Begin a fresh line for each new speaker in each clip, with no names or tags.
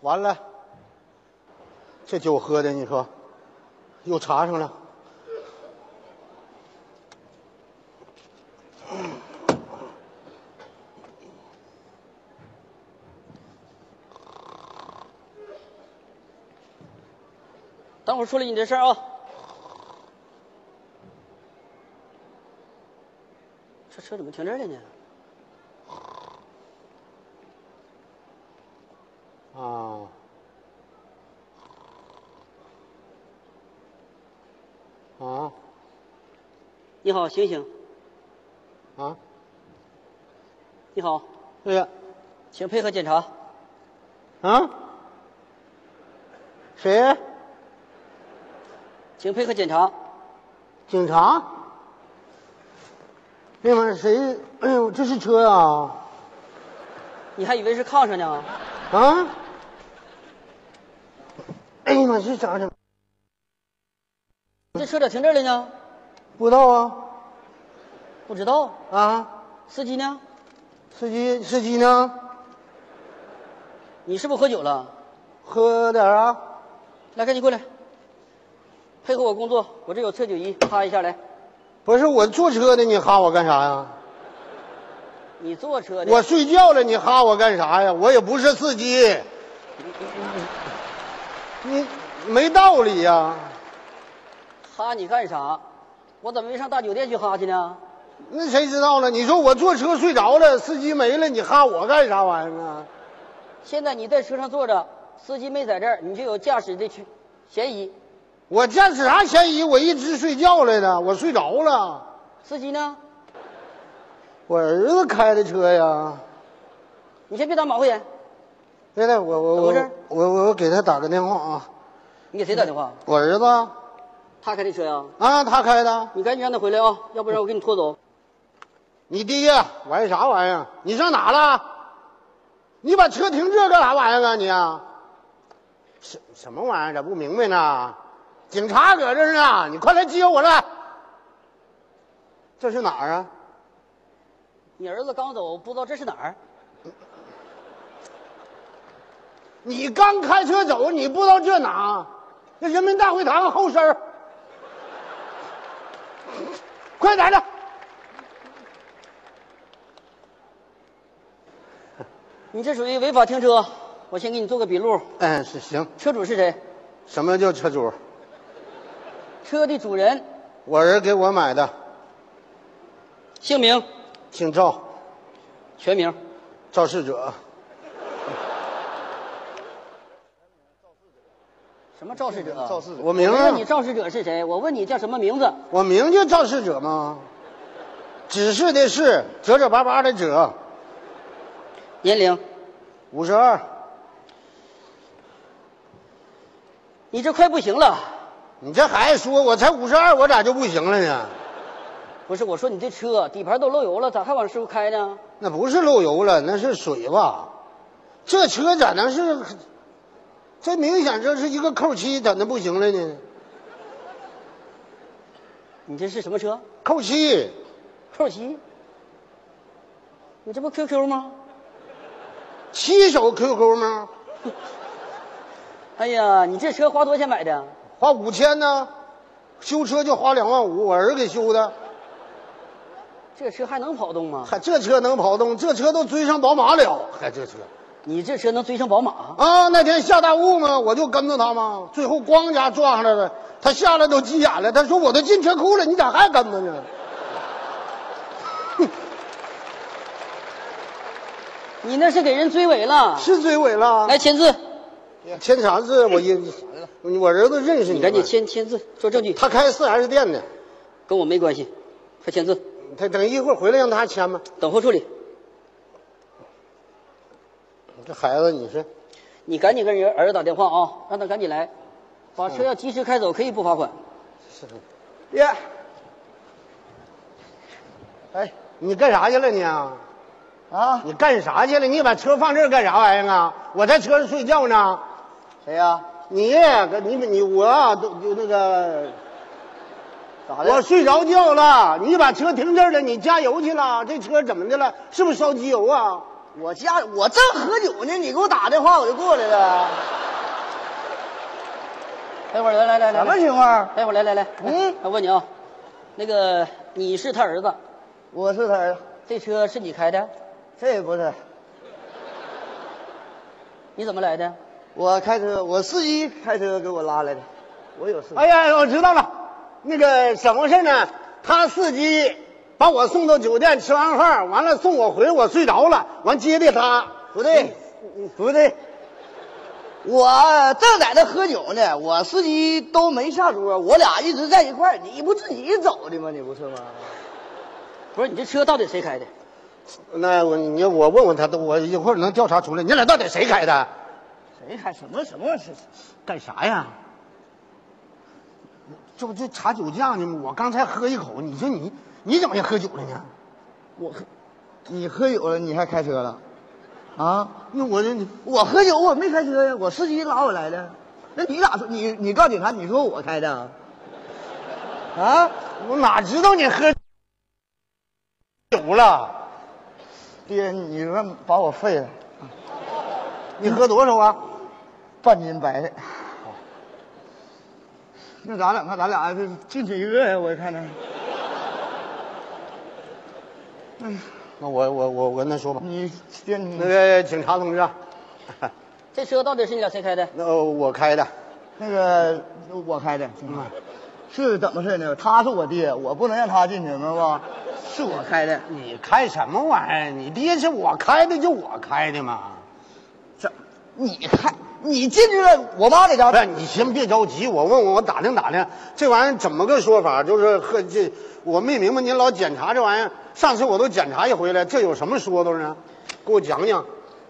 完了，这酒喝的，你说又查上了。
等会儿处理你这事儿啊。这车怎么停这儿了呢？哦
啊，啊
你好，醒醒！
啊！
你好，
对呀，
请配合检查。
啊，谁？
请配合检查。
警察？那玩意儿谁？哎呦，这是车啊！
你还以为是炕上呢？
啊！哎呀妈，这咋整？
这车咋停这儿了呢？
不知道啊
不知道。
啊！
司机呢？
司机司机呢？
你是不是喝酒了？
喝点儿啊？
来，赶紧过来，配合我工作。我这有测酒仪，啪一下来。
不是我坐车的，你哈我干啥呀？
你坐车的，
我睡觉了，你哈我干啥呀？我也不是司机，你没道理呀、
哈你干啥？我怎么没上大酒店去哈去呢？
那谁知道呢？你说我坐车睡着了，司机没了，你哈我干啥玩意儿啊？
现在你在车上坐着，司机没在这儿，你就有驾驶的去嫌疑。
我驾驶啥嫌疑？我一直睡觉来的，我睡着了。
司机呢？
我儿子开的车呀。
你先别打马虎眼，
对了，我我
怎么回
我
事
我我给他打个电话啊。
你给谁打电话？
我儿子
他开的车呀、
啊，他开的。
你赶紧让他回来啊，要不然我给你拖走。
你爹玩意啥玩意儿？你上哪了？你把车停这干啥玩意儿啊你啊？什什么玩意儿？咋不明白呢？警察搁这儿呢，你快来接我来。这是哪儿啊？
你儿子刚走，不知道这是哪儿。
你刚开车走，你不知道这哪？这人民大会堂后身儿快点的！
你这属于违法停车，我先给你做个笔录。
嗯，是行。
车主是谁？
什么叫车主？
车的主人，
我儿给我买的，
姓名、
姓赵，
全名。
肇事者。
什么肇事者？
肇事者
我名啊
我
儿
没问你肇事者是谁，我问你叫什么名字。
我名叫肇事者吗？指示的是折折巴巴的折，
年龄？
五十二。
你这快不行了。
你这还说我才五十二，我咋就不行了呢？
不是，我说你这车底盘都漏油了，咋还往师傅开呢？
那不是漏油了，那是水吧？这车咋能是？这明显这是一个扣七，咋能不行了呢？
你这是什么车？
扣七，
扣七？你这不 QQ 吗？
七手 QQ 吗？
哎呀，你这车花多少钱买的？
花五千呢，修车就花两万五，我儿给修的。
这车还能跑动吗？
还这车能跑动？这车都追上宝马了，还这车
你这车能追上宝马？
啊！那天下大雾嘛，我就跟着他嘛，最后咣一下撞上来了，他下来都急眼了，他说我都进车库了，你咋还跟着呢？
你那是给人追尾了。
是啊追尾了？
来签字，
签啥字？我一我儿子认识你，
你赶紧。签签字做证据，
他开四 S 店的，
跟我没关系，快签字，
他等一会儿回来让他签吧。
等候处理。
这孩子，你是
你赶紧跟人儿子打电话啊，让他赶紧来，把车要及时开走，可以不罚款。
是？
耶，
哎，你干啥去了你啊？
啊，
你干啥去了？你把车放这儿干啥玩意儿啊？我在车上睡觉呢。
谁呀、
你跟你你我啊都就那个，
咋的？
我睡着觉了。你把车停这儿了，你加油去了。这车怎么的了？是不是烧机油啊？
我家我正喝酒呢，你给我打电话我就过来了。
待会儿来来来来，
什么情况？
待会儿来来来，
嗯
我问你啊，那个你是他儿子，
我是他儿子，
这车是你开的？
这不是
你怎么来的？
我开车，我司机开车给我拉来的，我有司机。
哎呀，我知道了，那个怎么回事呢？他司机把我送到酒店吃完饭，完了送我回，我睡着了，完接的他。嗯
不对，不对，我正在那喝酒呢，我司机都没下桌，我俩一直在一块儿你不自己走的吗？你不是吗？
不是你这车到底谁开的？
那我你我问问他，我一会儿能调查出来，你俩到底谁开的？
谁还什么什么是？
干啥呀？就就查酒驾呢吗？我刚才喝一口，你说你你怎么也喝酒了呢？
我喝，你喝酒了，你还开车了？啊？
那我这你
我喝酒，我没开车呀，我司机拉我来的。那你咋说？你你告警察，你说我开的啊？啊？
我哪知道你喝酒了？
爹，你说把我废了，
你喝多少啊？
半斤白菜。
哦那咱俩看，咱俩进去一个呀，我看着。那我我我我跟他说吧。
你爹，你
那个警察同志啊，
这车到底是你俩谁开的？
那我开的。
那个我开的，
嗯
是怎么事呢？他是我爹，我不能让他进去，明白不？是我开的，
你开什么玩意儿？你爹是我开的，就我开的嘛。
这你开，你进去了，我妈在家
不。是，你先别着急，我问问，我打听打听，这玩意儿怎么个说法？就是喝这，我没明白，您老检查这玩意儿，上次我都检查一回了，这有什么说头呢？给我讲讲。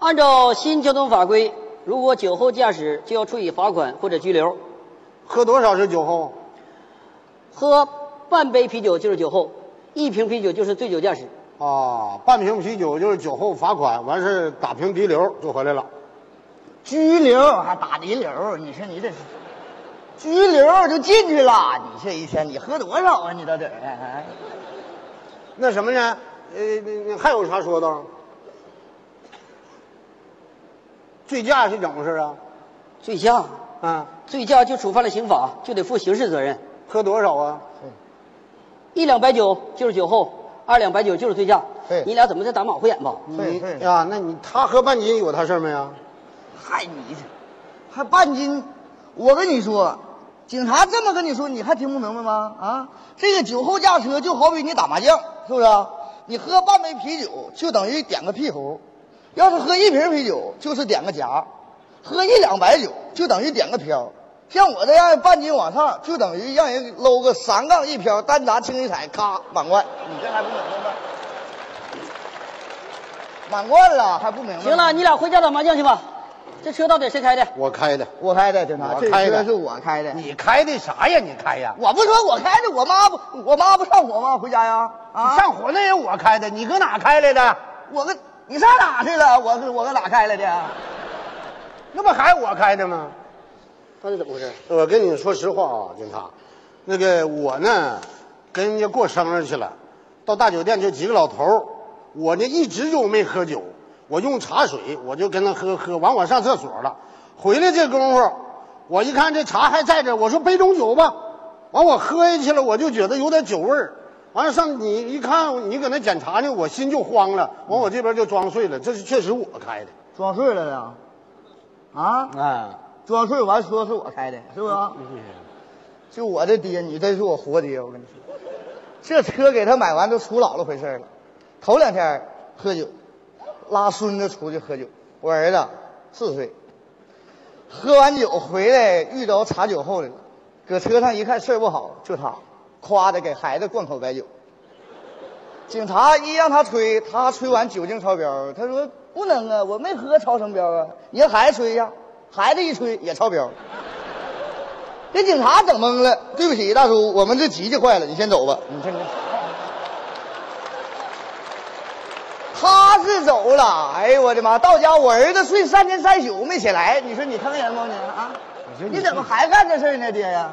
按照新交通法规，如果酒后驾驶就要处以罚款或者拘留，
喝多少是酒后？
喝半杯啤酒就是酒后，一瓶啤酒就是醉酒驾驶。
哦，半瓶啤酒就是酒后罚款，完事儿打瓶滴流就回来了。
拘留还打泥流，你说你这是拘留就进去了，你这一天你喝多少啊？你到底儿哎
那什么呢？呃，那那还有啥说道？醉驾是怎么回事啊？
醉驾，
啊，
醉驾就触犯了刑法，就得负刑事责任。
喝多少啊？
一两白酒就是酒后，二两白酒就是醉驾
对。
你俩怎么在打马虎眼吧？嗯
你
对对
啊，那你他喝半斤有他事儿没啊？
嗨你这还半斤，我跟你说，警察这么跟你说，你还听不明白吗？啊，这个酒后驾车就好比你打麻将，是不是啊？你喝半杯啤酒就等于点个屁股，要是喝一瓶啤酒就是点个夹，喝一两白酒就等于点个飘。像我这样半斤往上，就等于让人搂个三杠一飘，单砸清一彩，咔满贯。你这还不明白？满贯了还不明白？
行了，，你俩回家打麻将去吧。这车到底谁开的？
我开的。
我开的，警察，
我
这
开的
车是我开的。
你开的啥呀？你开呀？
我不说我开的，我妈不，我妈不上火吗？回家呀？啊，
你上火那也我开的，你搁哪开来的？
我跟你上哪去了？我是我搁哪开来的？
那不还我开的吗？
到底怎么回事？
我跟你说实话啊，警察，那个我呢，跟人家过生日去了，到大酒店就几个老头儿我呢一直就没喝酒，我用茶水，我就跟他喝喝，完我上厕所了，回来这功夫，我一看这茶还在这儿，我说杯中酒吧，完我喝下去了，我就觉得有点酒味儿。完了上你一看，你搁那检查呢，我心就慌了。完我这边就装睡了，这是确实我开的。
装睡了呀？啊，
啊，
装睡完说是我开的，是不是啊？就我这爹，你真是我活爹，我跟你说，这车给他买完都出老了回事儿了。头两天喝酒，拉孙子出去喝酒，我儿子四岁，喝完酒回来遇着查酒后的了，搁车上一看事儿不好，就他，夸的给孩子灌口白酒。警察一让他吹，他吹完酒精超标，他说不能啊，我没喝超什么标啊，你让孩子吹呀，孩子一吹也超标。 这警察整懵了，对不起，大叔，我们这急就坏了，你先走吧。你这个，他是走了，哎呦我的妈！到家我儿子睡三天三宿没起来，你说你坑人不你啊？你怎么还干这事儿呢，爹呀？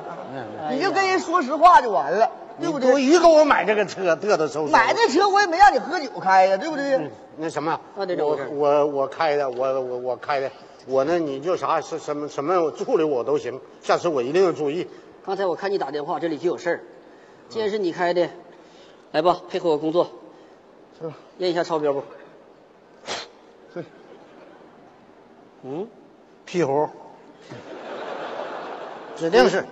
你就跟人说实话就完了。对不
哎你多
对？
余给我买这个车，嘚嘚嗖嗖。
买那车我也没让你喝酒开呀，对不对？
嗯，那什么，
那得整
我
事儿
我我开的，我我我开的，我呢你就啥是什么什么处理我都行，下次我一定要注意。
刚才我看你打电话，这里就有事儿。既然是你开的，来吧，配合我工作，
是吧？
验一下超标不？
对，
嗯，屁股，指定是，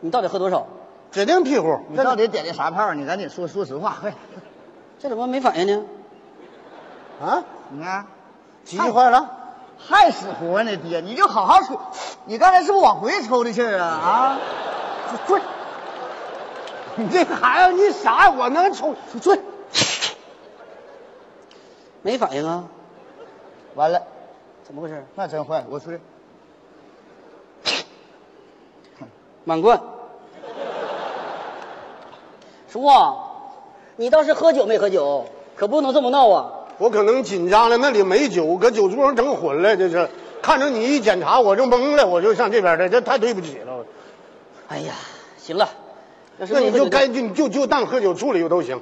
你到底喝多少？
指定屁股。
你到底点的啥炮？你赶紧说说实话，快！
这怎么没反应呢？
啊，
你看，
机器坏了，
还死活呢，爹，你就好好说。你刚才是不是往回抽的气儿啊？啊，
嗯滚！你这孩子，你傻，我能抽？滚！
没反应啊？
完了，
怎么回事？
那真坏，我出去。
满贯。叔啊，你倒是喝酒没喝酒？可不能这么闹啊！
我可能紧张了，那里没酒，搁酒桌上整混了，这是。看着你一检查，我就懵了，我就上这边来，这太对不起了。
哎呀，行了，要是
那你
没喝
就
酒
该就你就就当喝酒处理都行。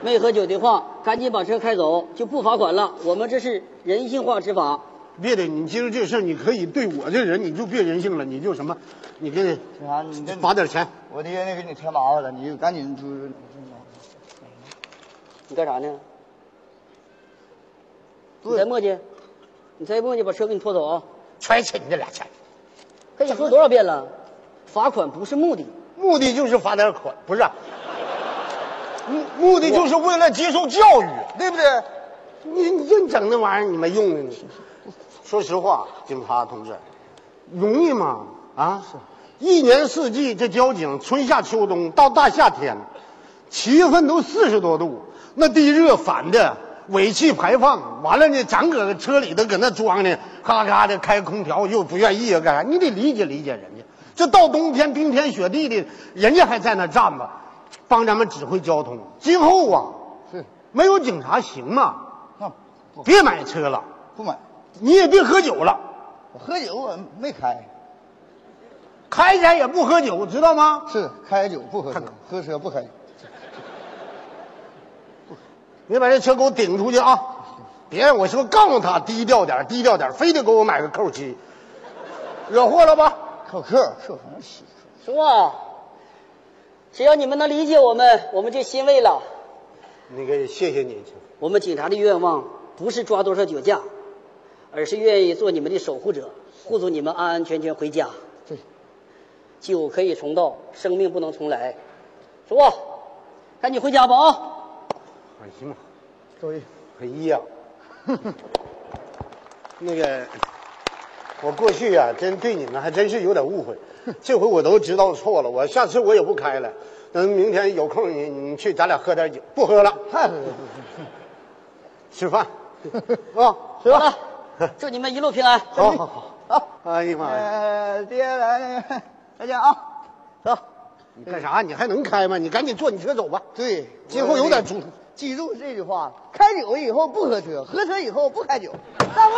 没喝酒的话，赶紧把车开走，就不罚款了。我们这是人性化执法。
别的，你今儿这事儿你可以对我这人，你就别人性了，你就什么，你给
警察，你这
罚点钱。
我爹那给你添麻烦了，你就赶紧就是
你干啥呢？你再磨叽，你再磨叽，把车给你拖走啊！
揣起你这俩钱，
跟你说多少遍了，罚款不是目的。
目的就是罚点款，不是、目目的就是为了接受教育。
对不对？
你你净整那玩意儿，你没用的。你说实话，警察同志，容易吗？啊，一年四季这交警，春夏秋冬到大夏天，七月份都四十多度，那地热反的，尾气排放，完了呢，咱搁车里头搁那装呢，咔咔的开空调，又不愿意啊，干啥？你得理解理解人家。这到冬天冰天雪地的，人家还在那站吧，帮咱们指挥交通。今后啊，
是，
没有警察行吗？
那不
别买车了，
不买，
你也别喝酒了，
我喝酒我没开，
开起来也不喝酒，知道吗？
是开酒不喝
他
车，喝车不开酒。
你把这车给我顶出去啊！别让我说告诉他低调点，低调点，非得给我买个扣七，惹祸了吧？
扣客，扣什么气？
叔啊，只要你们能理解我们，我们就欣慰了。
那个谢谢你，
我们警察的愿望不是抓多少酒驾，而是愿意做你们的守护者，护送你们安安全全回家。
对，
酒可以重道，生命不能重来。叔啊，赶紧回家吧啊！
哎呀妈，
周易，
哎呀， 那个我过去呀、真对你们还真是有点误会，这回我都知道错了，我下次我也不开了。等明天有空你你去，咱俩喝点酒，不喝了，
太
吃 饭。
啊，
好了，祝你们一路平安。
好好好，
好，
哎呀妈呀！
呃，爹来，再见啊，走。
你干啥？你还能开吗？你赶紧坐你车走吧。
对，
今后有点主
记住这句话，开酒以后不喝车，喝车以后不开酒。散会。